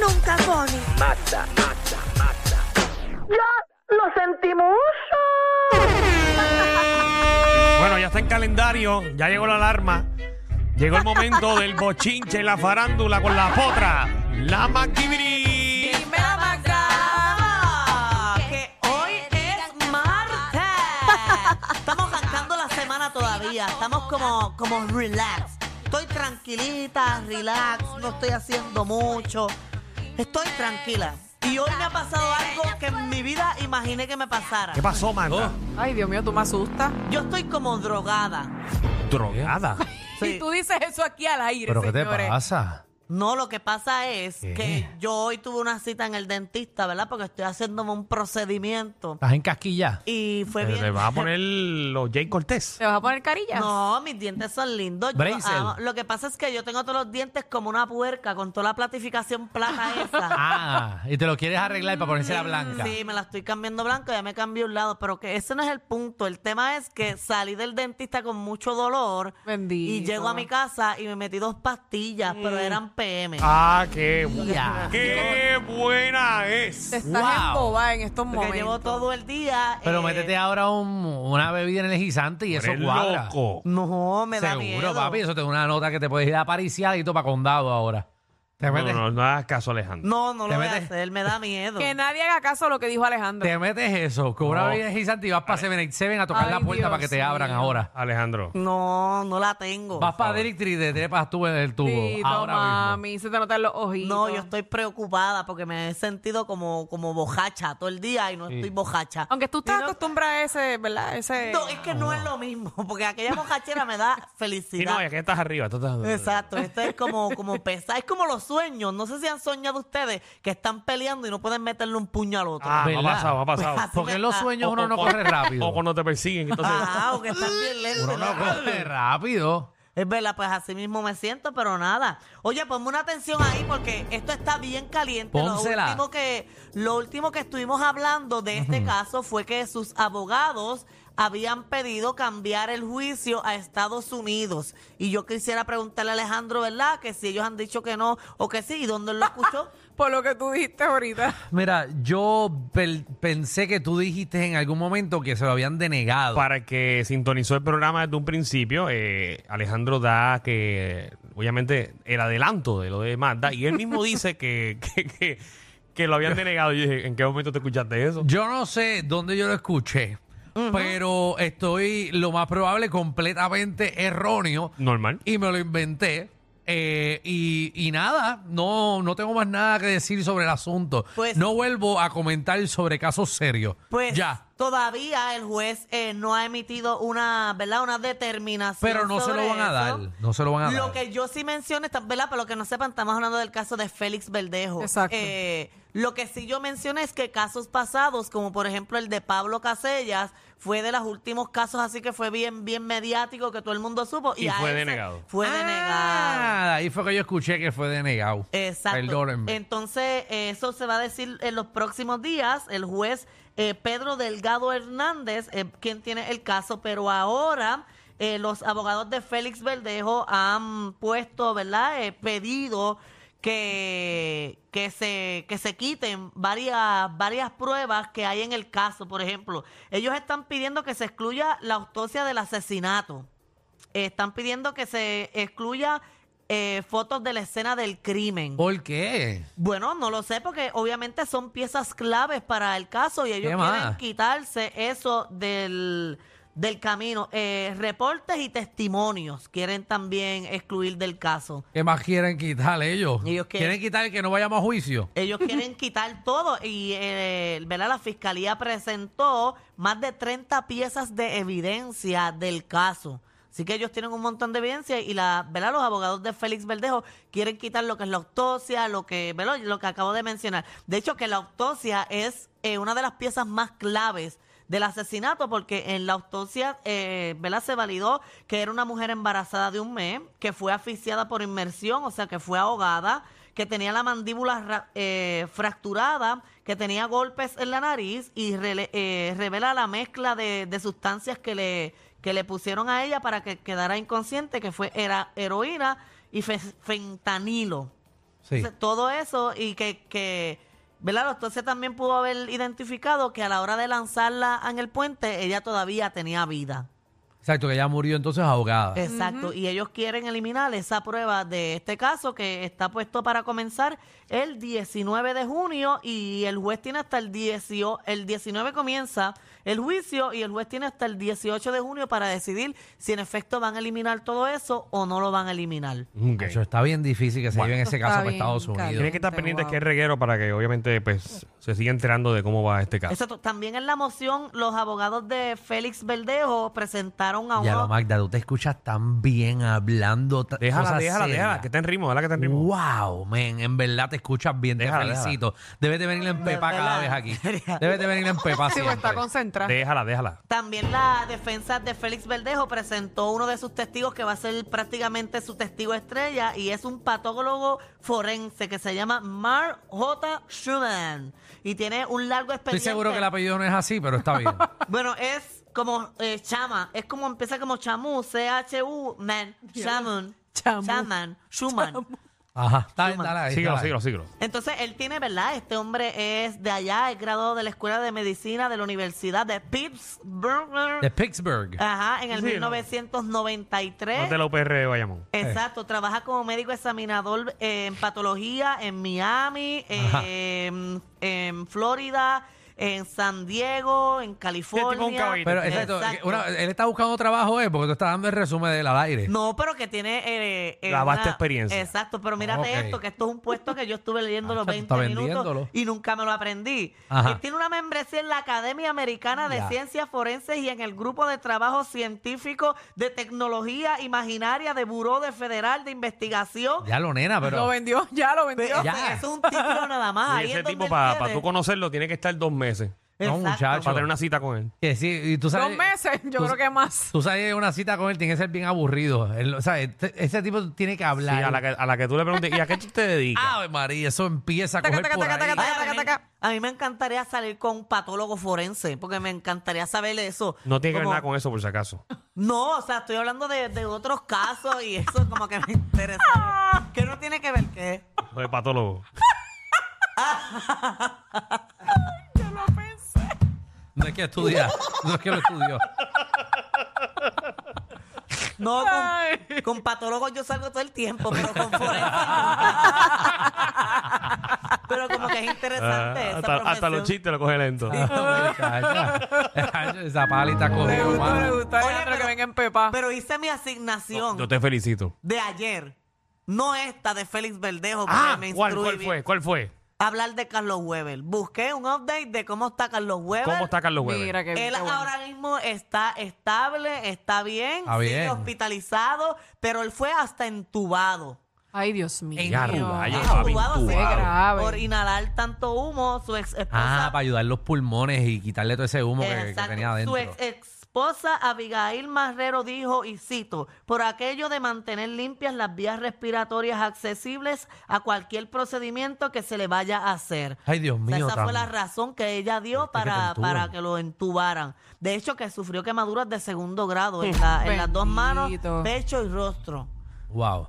la pone. Mata, mata, mata. ¡Ya lo sentimos! Bueno, ya está en calendario, ya llegó la alarma. Llegó el momento del bochinche y la farándula con la potra, la Macibri. Dime la Magda, que hoy es martes. Estamos arrancando la semana todavía, estamos como, como relax. Estoy tranquilita, relax, no estoy haciendo mucho. Estoy tranquila. Y hoy me ha pasado algo que en mi vida imaginé que me pasara. ¿Qué pasó, Magda? Ay, Dios mío, tú me asustas. Yo estoy como drogada. Drogada. Sí. Y tú dices eso aquí al aire, ¿Pero qué te señores. pasa? No, lo que pasa es ¿Qué? que yo hoy tuve una cita en el dentista, ¿verdad? Porque estoy haciéndome un procedimiento. ¿Estás en casquilla? Y fue Te Pues bien. te Eh, vas a poner los Jay Cortés. ¿Te vas a poner carillas? No, mis dientes son lindos. Yo Brazel. amo- lo que pasa es que yo tengo todos los dientes como una puerca con toda la platificación plata esa. Ah, y te lo quieres arreglar para ponerse la blanca. Sí, me la estoy cambiando blanco, ya me cambié un lado, pero que ese no es el punto. El tema es que salí del dentista con mucho dolor Bendito. y llego a mi casa y me metí dos pastillas, Mm. pero eran PM. Ah, qué, bu- Ya. qué buena Te es. estás Wow. embobada en estos porque momentos. llevo todo el día. Pero eh, métete ahora un- una bebida energizante y eso Eres cuadra. loco. No, me da miedo. Seguro, papi. Eso te da una nota que te puedes ir a pariciar y todo para condado ahora. Te No, metes, no, no hagas caso, Alejandro. No, no Te lo voy a metes- hacer, me da miedo. Que nadie haga caso a lo que dijo Alejandro. te metes eso, con una No. bebida energizante y vas para 7-Seven a tocar Ay, la puerta Dios para que te abran mío. ahora. Alejandro. No, no la tengo. Vas para Directory y te trepas tú en el tubo. Tito, ahora mismo. mami, se te notan los ojitos. No, yo estoy preocupada porque me he sentido como, como bojacha todo el día y no estoy bojacha. Aunque tú estás Y no- acostumbrada a ese, ¿verdad? Ese... No, es que no es lo mismo, porque aquella bojachera me da Sí, no, felicidad. es que estás arriba. tú estás- Exacto, esto es como, como pesar, es como los sueños, no sé si han soñado ustedes que están peleando y no pueden meterle un puño al otro. Ah, me ha ¿Verdad? pasado, me ha pasado. Pues así Porque en los Ah, sueños o- uno o- no o- corre rápido. O cuando te persiguen, entonces. Ajá, Ah, o que están bien lentos. Uno no pues, corre rápido. Es verdad, pues así mismo me siento, pero nada. Oye, ponme una atención ahí porque esto está bien caliente. Pónsela. Lo último que lo último que estuvimos hablando de este caso fue que sus abogados habían pedido cambiar el juicio a Estados Unidos. Y yo quisiera preguntarle a Alejandro, ¿verdad? Que si ellos han dicho que no o que sí, ¿y dónde él lo escuchó? Por lo que tú dijiste ahorita. Mira, yo pel- pensé que tú dijiste en algún momento que se lo habían denegado. Para el que sintonizó el programa desde un principio, eh, Alejandro da que, obviamente, el adelanto de lo de Magda, y él mismo dice que, que, que- que lo habían denegado. Yo dije, ¿en qué momento te escuchaste eso? Yo no sé dónde yo lo escuché, pero estoy lo más probable completamente erróneo Normal. y me lo inventé. Eh, y, y nada, no, no tengo más nada que decir sobre el asunto. Pues- no vuelvo a comentar sobre casos serios. Pues ya. todavía el juez eh, no ha emitido una, ¿verdad? Una determinación. Pero no se sobre lo van a dar. eso. No se lo van a dar. Lo que yo sí menciono, está- ¿verdad? Para los que no sepan, estamos hablando del caso de Félix Verdejo. Exacto. Eh, lo que sí yo mencioné es que casos pasados, como por ejemplo el de Pablo Casellas, fue de los últimos casos, así que fue bien, bien mediático, que todo el mundo supo. Y a fue ese denegado. Fue denegado. Ah, ahí fue que yo escuché que fue denegado. Exacto. Perdónenme. Entonces, eh, eso se va a decir en los próximos días. El juez eh, Pedro Delgado Hernández, eh, quien tiene el caso, pero ahora eh, los abogados de Félix Verdejo han puesto, ¿verdad?, Eh, pedido que, que, se, que se quiten varias, varias pruebas que hay en el caso. Por ejemplo, ellos están pidiendo que se excluya la autopsia del asesinato. Eh, están pidiendo que se excluya eh, fotos de la escena del crimen. ¿Por qué? Bueno, no lo sé porque obviamente son piezas claves para el caso y ellos ¿Qué quieren más? quitarse eso del, del camino. Eh, reportes y testimonios quieren también excluir del caso. ¿Qué más quieren quitar ellos? ¿Ellos qué? ¿Quieren quitar que no vayamos a juicio? Ellos quieren quitar todo y eh, ¿verdad? la fiscalía presentó más de 30 piezas de evidencia del caso. Así que ellos tienen un montón de evidencia y la, ¿verdad? los abogados de Félix Verdejo quieren quitar lo que es la autopsia, lo que, ¿verdad? lo que acabo de mencionar. De hecho, que la autopsia es eh, una de las piezas más claves del asesinato, porque en la autopsia eh, ¿verdad? se validó que era una mujer embarazada de un mes, que fue asfixiada por inmersión, o sea, que fue ahogada, que tenía la mandíbula ra- eh, fracturada, que tenía golpes en la nariz y rele- eh, revela la mezcla de, de sustancias que le, que le pusieron a ella para que quedara inconsciente, que fue era heroína y fe- fentanilo. Sí. Entonces, todo eso y que, que ¿verdad? Entonces también pudo haber identificado que a la hora de lanzarla en el puente, ella todavía tenía vida. Exacto, que ella murió entonces ahogada. Exacto. Y ellos quieren eliminar esa prueba de este caso que está puesto para comenzar el 19 de junio y el juez tiene hasta el 18, el 19 comienza el juicio y el juez tiene hasta el 18 de junio para decidir si en efecto van a eliminar todo eso o no lo van a eliminar. Ok. Eso está bien difícil que se Bueno. lleve en ese Está caso para bien, Estados Carlos. Unidos. Tienen que estar Pero pendientes wow. que es reguero para que obviamente pues se siga enterando de cómo va este caso. Eso to- también en la moción los abogados de Félix Verdejo presentaron a Ya uno lo, Magda, tú te escuchas tan bien hablando. ta- Déjala, cosas déjala, serias. déjala, que está en ritmo, déjala que está en ritmo. Wow, men, en verdad te escuchas bien, te Déjala, felicito. Debes de venir en pepa cada vez verdad. aquí. Debes de venir en pepa Sí, pues siempre. está concentrada. Déjala, déjala. También la defensa de Félix Verdejo presentó uno de sus testigos que va a ser prácticamente su testigo estrella y es un patólogo forense que se llama Mark J. Schumann y tiene un largo Estoy expediente. seguro que el apellido no es así, pero está bien. Bueno, es como eh, chama, es como empieza como chamu, C-H-U, man, chamun, Chamu. chaman, Schumann. Ajá, está bien, dale ahí, Síguelo, dale ahí. síguelo, síguelo. Entonces, él tiene, ¿verdad? Este hombre es de allá, es graduado de la Escuela de Medicina de la Universidad de Pittsburgh. De Pittsburgh. Ah, Ajá, en el Sí, no. 1993. No te la UPR de Bayamón. Exacto, trabaja como médico examinador eh, en patología en Miami, Ajá. eh, en, en Florida, en San Diego, en California. caballito. Pero exacto, una- él está buscando trabajo, ¿eh? Porque tú estás dando el resumen del al aire. No, pero que tiene... eh, eh, La vasta experiencia. Exacto, pero mírate Ok. esto, que esto es un puesto que yo estuve leyendo Ah, los chato, 20 está minutos vendiéndolo. y nunca me lo aprendí. Ajá. Él tiene una membresía en la Academia Americana de Ya. Ciencias Forenses y en el Grupo de Trabajo Científico de Tecnología Imaginaria de Buró de Federal de Investigación. Ya lo nena, pero. Lo vendió, ya lo vendió. Pero, Ya. o sea, eso es un título nada más. Y Ah, Ahí ese es donde tipo, él para tiene- tú conocerlo, tiene que estar dos meses. No, Exacto. muchacho. Para tener una cita con él. Que sí, y tú sabes. Dos meses, yo tú- creo que más. Tú sabes, una cita con él tiene que ser bien aburrido. Él, o sea, este- ese tipo tiene Sí, que hablar. a, la que, a la que tú le preguntes, ¿y a qué tú te dedicas? Ave María, eso empieza a Taca, coger taca, por taca, ahí. taca, Ay, taca. a, mí, a mí me encantaría salir con un patólogo forense, porque me encantaría saber eso. No tiene que ver Como- nada con eso, por si acaso. No, o sea, estoy hablando de, de otros casos y eso como que me interesa. que no tiene que ver qué. Soy patólogo. No es que estudia, no es que lo estudió. No, con, Ay. con patólogos yo salgo todo el tiempo, pero con forenses pero como que es interesante Ah, esa hasta, hasta profesión. los chistes lo coge lento. Muchacha, Esa palita Me cogió, gustó, me mano. gustó, Oye, Alejandro, que pero- venga en Pepa. Pero hice mi asignación. Yo te felicito. de ayer, no esta de Félix Verdejo, porque Ah, me ¿cuál, instruí cuál bien. fue? ¿Cuál fue? Hablar de Carlos Weber. Busqué un update de cómo está Carlos Weber. ¿Cómo está Carlos Weber? Mira que Él ahora mismo está estable, está bien, Está sigue bien. hospitalizado, pero él fue hasta entubado. Ay, Dios mío. Ya, Dios. rayos, Ah, papi, entubado entubado. sí, Qué grave. por inhalar tanto humo, su ex esposa Ah, para ayudar los pulmones y quitarle todo ese humo que- que, Exacto. tenía adentro. Su ex esposa Abigail Marrero dijo, y cito, por aquello de mantener limpias las vías respiratorias accesibles a cualquier procedimiento que se le vaya a hacer. Ay, Dios O sea, mío, esa fue tan- la razón que ella dio Viste que te para entuban. para que lo entubaran. De hecho, que sufrió quemaduras de segundo grado en, la- en las dos manos, Mm. Bendito. pecho y rostro. Wow.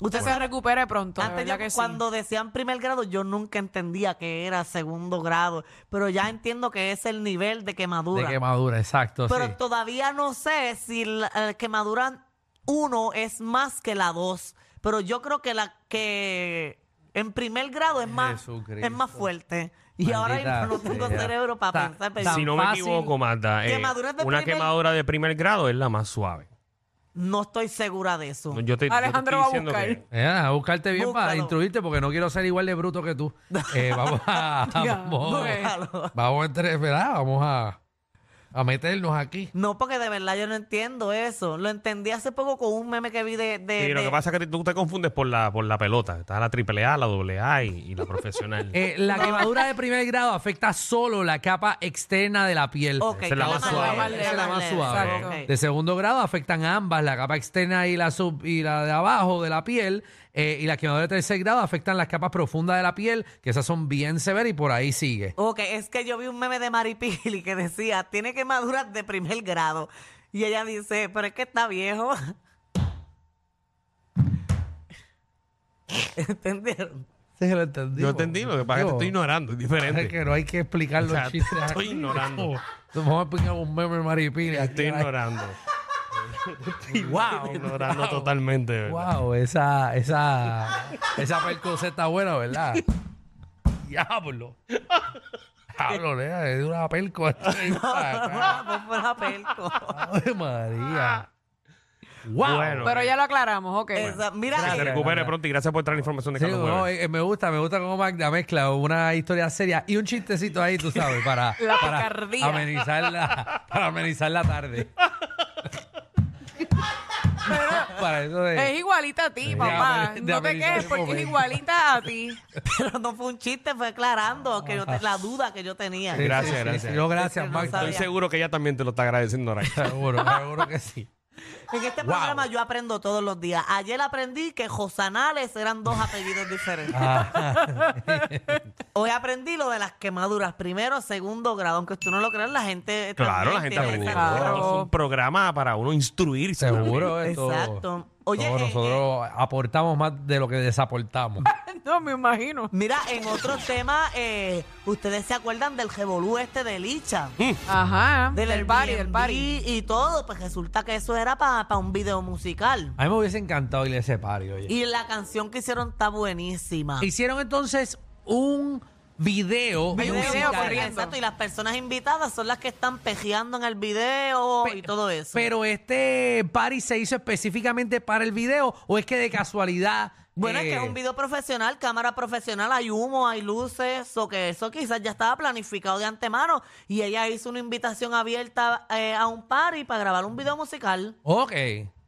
Usted Usted se recupere pronto. de antes verdad yo, que sí. cuando decían primer grado, yo nunca entendía que era segundo grado, pero ya entiendo que es el nivel de De quemadura. quemadura, exacto. Pero sí. todavía no sé si la, la quemadura 1 es más que la 2. Pero yo creo que la que en primer grado es más, Jesucristo. es más fuerte. Y ahora Maldita mismo no tengo sea. cerebro Ta- para pensar. pero- tan Si no me fácil. equivoco, Marta, eh, Quemaduras de una primer- quemadura de primer grado es la más suave. no estoy segura de eso. Yo te, yo te Alejandro va a estoy diciendo buscar. que... Eh, a buscarte bien para Búscalo. instruirte porque no quiero ser igual de bruto que tú. Eh, vamos a... Ya, vamos, búscalo. vamos a entre- ¿verdad? Vamos a, a meternos aquí. No, porque de verdad yo no entiendo eso. Lo entendí hace poco con un meme que vi de... de- Sí, lo Eh, de- que pasa es que tú te confundes por la, por la pelota. Está la triple A, la doble A y, y la profesional. Eh, la quemadura de primer grado afecta solo la capa externa de la piel. Ok, Esa es la que más leve, suave. Esa es la más leve. suave. Exacto. Ok. De segundo grado afectan ambas, la capa externa y la sub y la de abajo de la piel. eh, y las quemaduras de tercer grado afectan las capas profundas de la piel, que esas son bien severas y por ahí sigue. Ok, es que yo vi un meme de Maripili que decía, tiene quemaduras de primer grado. Y ella dice, pero es que está viejo. ¿Entendieron? Sí, lo entendí. Yo entendí, lo que pasa es que te estoy ignorando, es Es diferente. que no hay que explicar los O sea, te chistes. estoy aquí. ignorando. Como, Vamos a poner un meme maripili. Te estoy ignorando. Wow. ignorando totalmente. de ¿verdad? Wow, esa, esa, esa percusión está buena, ¿verdad? Diablo. Diablo, Lea, es de una perco. Vamos por la pelco. Ay, Ah. María. Wow. Bueno. Pero ya lo aclaramos, ok. Esa- mira, Que se eh, recupere pronto y gracias por traer la información de Sí, Carlos no, Weber. eh, me gusta, me gusta cómo Magda mezcla una historia seria y un chistecito ahí, tú sabes, para, La para picardía. amenizar la, para amenizar la tarde. para eso de. eh, Es igualita a ti, papá. de No te amenizar quejes el porque es momento. igualita a ti. pero no fue un chiste, fue aclarando que yo te- la duda que yo tenía. Ah. Sí, Gracias, gracias. No, Es gracias, que no Magda. sabía. Estoy seguro que ella también te lo está agradeciendo ahora. Seguro, seguro que sí. En este Wow. programa yo aprendo todos los días. Ayer aprendí que Josanales eran dos apellidos diferentes. Ah. Hoy aprendí lo de las quemaduras, primero, segundo grado. Aunque tú no lo creas, la gente. Claro, la también gente aprendió. tiene esas cosas. Claro. Es un programa para uno instruirse. Seguro, esto. Exacto. Oye, todos eh, nosotros aportamos más de lo que desaportamos. No me imagino. eh, Mira, en otro tema, eh, ustedes se acuerdan del revolú este de Licha, Ajá. del Del party, del Airbnb party. y todo, pues resulta que eso era para un video musical. A mí me hubiese encantado ir a ese party, oye. Y la canción que hicieron está buenísima. Hicieron entonces un video. Hay Video un video musical, corriendo. Exacto, y las personas invitadas son las que están pejeando en el video Pe- y todo eso. Pero este party se hizo específicamente para el video o es que de casualidad. bueno, es que es eh, un video profesional, cámara profesional, hay humo, hay luces, o que eso quizás ya estaba planificado de antemano. Y ella hizo una invitación abierta eh, a un party para grabar un video musical. Ok,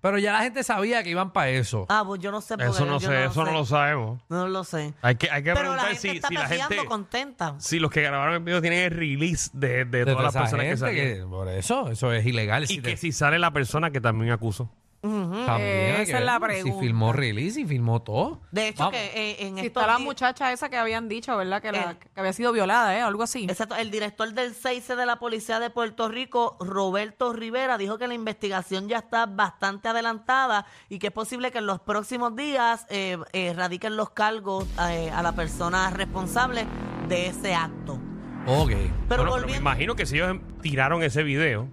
pero ya la gente sabía que iban para eso. Ah, pues yo no sé. Eso porque no yo sé, eso no lo sabemos. No lo sé. Hay que, hay que Pero la preguntar gente si, está si la paseando gente. contenta. Si los que grabaron el video tienen el release de, de De todas las toda esa personas que gente salieron. que- Por eso, eso es ilegal. Y si que te- si sale la persona que también acusó. también hay Esa es que ver la Si pregunta. filmó release y filmó todo. De hecho, Vamos. que eh, en Si estos está la di- muchacha esa que habían dicho, ¿verdad? Que, la- Eh. que había sido violada, ¿eh? Algo así. Exacto, el director del 6 de la Policía de Puerto Rico, Roberto Rivera, dijo que la investigación ya está bastante adelantada y que es posible que en los próximos días eh, eh, radiquen los cargos eh, a la persona responsable de ese acto. Pero Ok. Bueno, pero me volviendo, imagino que si ellos em, tiraron ese video,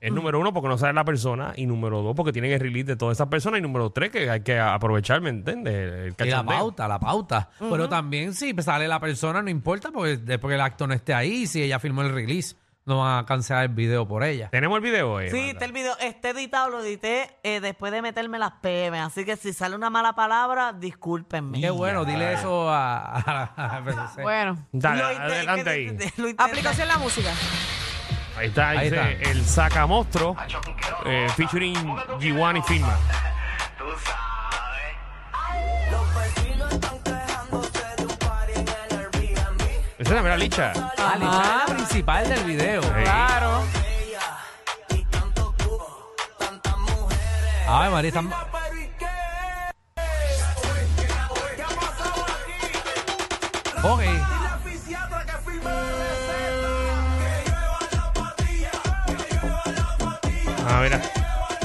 es número uno porque no sale la persona y número dos porque tienen el release de todas esas personas y número tres que hay que aprovechar, ¿me entiendes? El Y la cachondeo. pauta, la pauta. Pero también si sale la persona, no importa, porque después que el acto no esté ahí, si ella firmó el release, no van a cancelar el video por ella. Tenemos el video, eh, sí, Magda? está el video, este editado lo edité eh, después de meterme las PM, así que si sale una mala palabra, discúlpenme. Qué bueno, dile eso a, a, a- a- Bueno. Dale, Lo intenté- adelante ahí. lo intenté- Aplicación la música. Ahí está, Ahí dice está. el sacamostro eh, featuring Giovanni Firma. Esa es la mera licha. Ah, Licha es la principal del video. Claro. Ay, María, están... Ok. Ah, mira.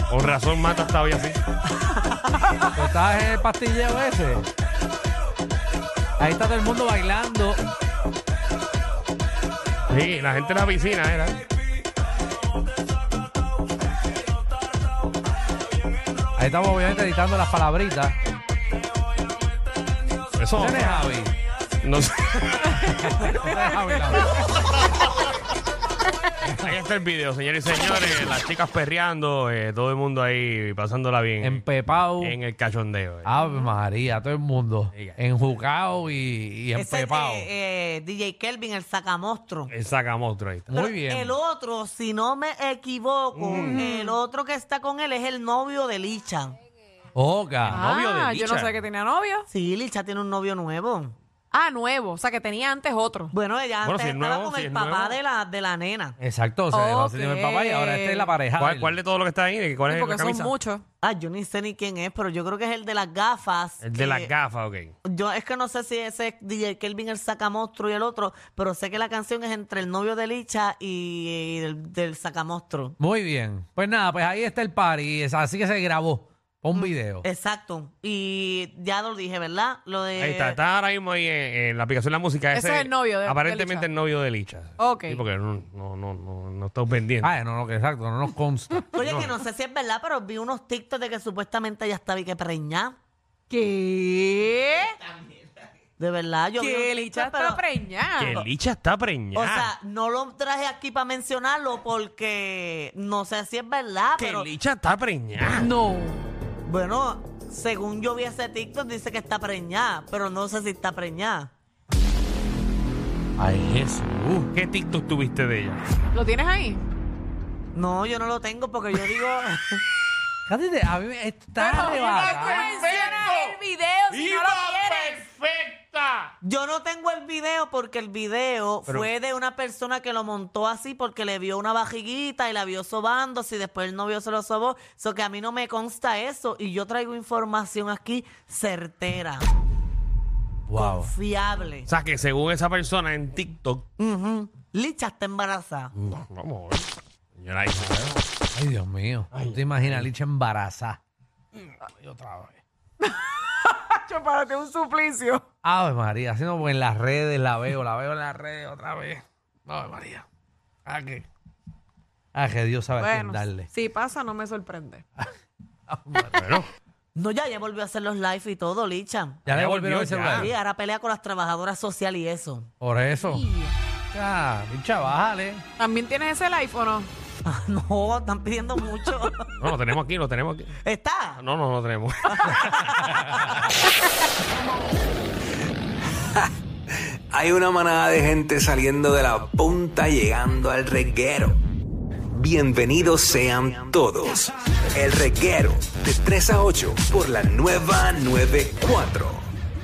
Con razón Mata está hoy así. ¿Tú estás en el pastilleo ese? Ahí está todo el mundo bailando. Sí, la gente en la piscina era. Ahí estamos obviamente editando las palabritas. Eso. ¿Quién es Javi? No sé. ¿Quién es Javi? Laura? Ahí está el video, señores y señores. Las chicas perreando, eh, todo el mundo ahí pasándola bien. En, Empepao. el cachondeo. eh. Ave María, todo el mundo. Diga. Enjucao y, y Ese, empepao. eh, eh, DJ Kelvin, el sacamostro. El sacamostro ahí está. Muy Pero bien. El otro, si no me equivoco, Mm. el otro que está con él es el novio de Licha. Oga. novio de Ah, yo no Licha. sé que tenía novio. Sí, Licha tiene un novio nuevo. Ah, nuevo. O sea, que tenía antes otro. Bueno, ella Bueno, antes si es estaba nuevo, con si el es papá nuevo. de la, de la nena. Exacto, se dejó así de Ok. mi papá y ahora esta es la pareja. ¿Cuál, cuál de todo lo que está ahí? ¿Cuál Sí, es la porque son camisa? muchos. Ah, yo ni sé ni quién es, pero yo creo que es el de las gafas. El de las Eh, gafas, ok. Yo es que no sé si ese es DJ Kelvin el sacamostro y el otro, pero sé que la canción es entre el novio de Licha y el del sacamostro. Muy bien. Pues nada, pues ahí está el party. Es- Así que se grabó. Pon video. Exacto. Y ya lo dije, ¿verdad? Lo de. Ahí está, está ahora mismo ahí en, en la aplicación de la música. Eh, Ese es el novio de- de Aparentemente Licha. el novio de Licha. Ok. Sí, porque no, no, no, no, no estamos pendientes. Ah, no, no, que exacto, no nos consta. Oye, que no sé si es verdad, pero vi unos TikToks de que supuestamente ella estaba y que preñada. ¿Qué? De verdad, yo vi ¿Qué? un Licha TikTok, está pero- que preñada. Licha está preñada. O sea, no lo traje aquí para mencionarlo porque no sé si es verdad, que pero Licha está preñada. No. bueno, según yo vi ese TikTok, dice que está preñada, pero no sé si está preñada. Ay, Jesús. Uh, ¿Qué TikTok tuviste de ella? ¿Lo tienes ahí? No, yo no lo tengo porque yo digo, Fíjate, a mí me está ¿eh? Pero, ¿por qué arrebatada. mencionas el video si no lo tienes? perfecta! yo no tengo el video porque el video Pero- fue de una persona que lo montó así porque le vio una vajiguita y la vio sobándose y después el novio se lo sobó. Eso que a mí no me consta eso y yo traigo información aquí certera, Wow. fiable. O sea, que según esa persona en TikTok. Ujú. Licha está embarazada. No, vamos a ver. Señora ¿eh? Isa, Ay, Dios mío. ¿Tú te imaginas a Licha embarazada? Ay, otra vez. Chacho, párate, un suplicio. Ave María, haciendo en las redes, la veo, la veo en las redes otra vez. Ave María. ¿A qué? A que Dios sabe a quién darle. si pasa, no me sorprende. bueno, No, ya, ya volvió a hacer los live y todo, Licha. Ya le Ya volvieron volvió, el celular. Sí, ahora pelea con las trabajadoras sociales y eso. Por eso. Ya, Licha, bájale. ¿También tienes ese live o no? Ah, no, están pidiendo mucho. no lo tenemos aquí, lo tenemos aquí. Está. No, no, no lo tenemos. Hay una manada de gente saliendo de la punta llegando al reguero. Bienvenidos sean todos. El reguero de 3 a 8 por la nueva 94.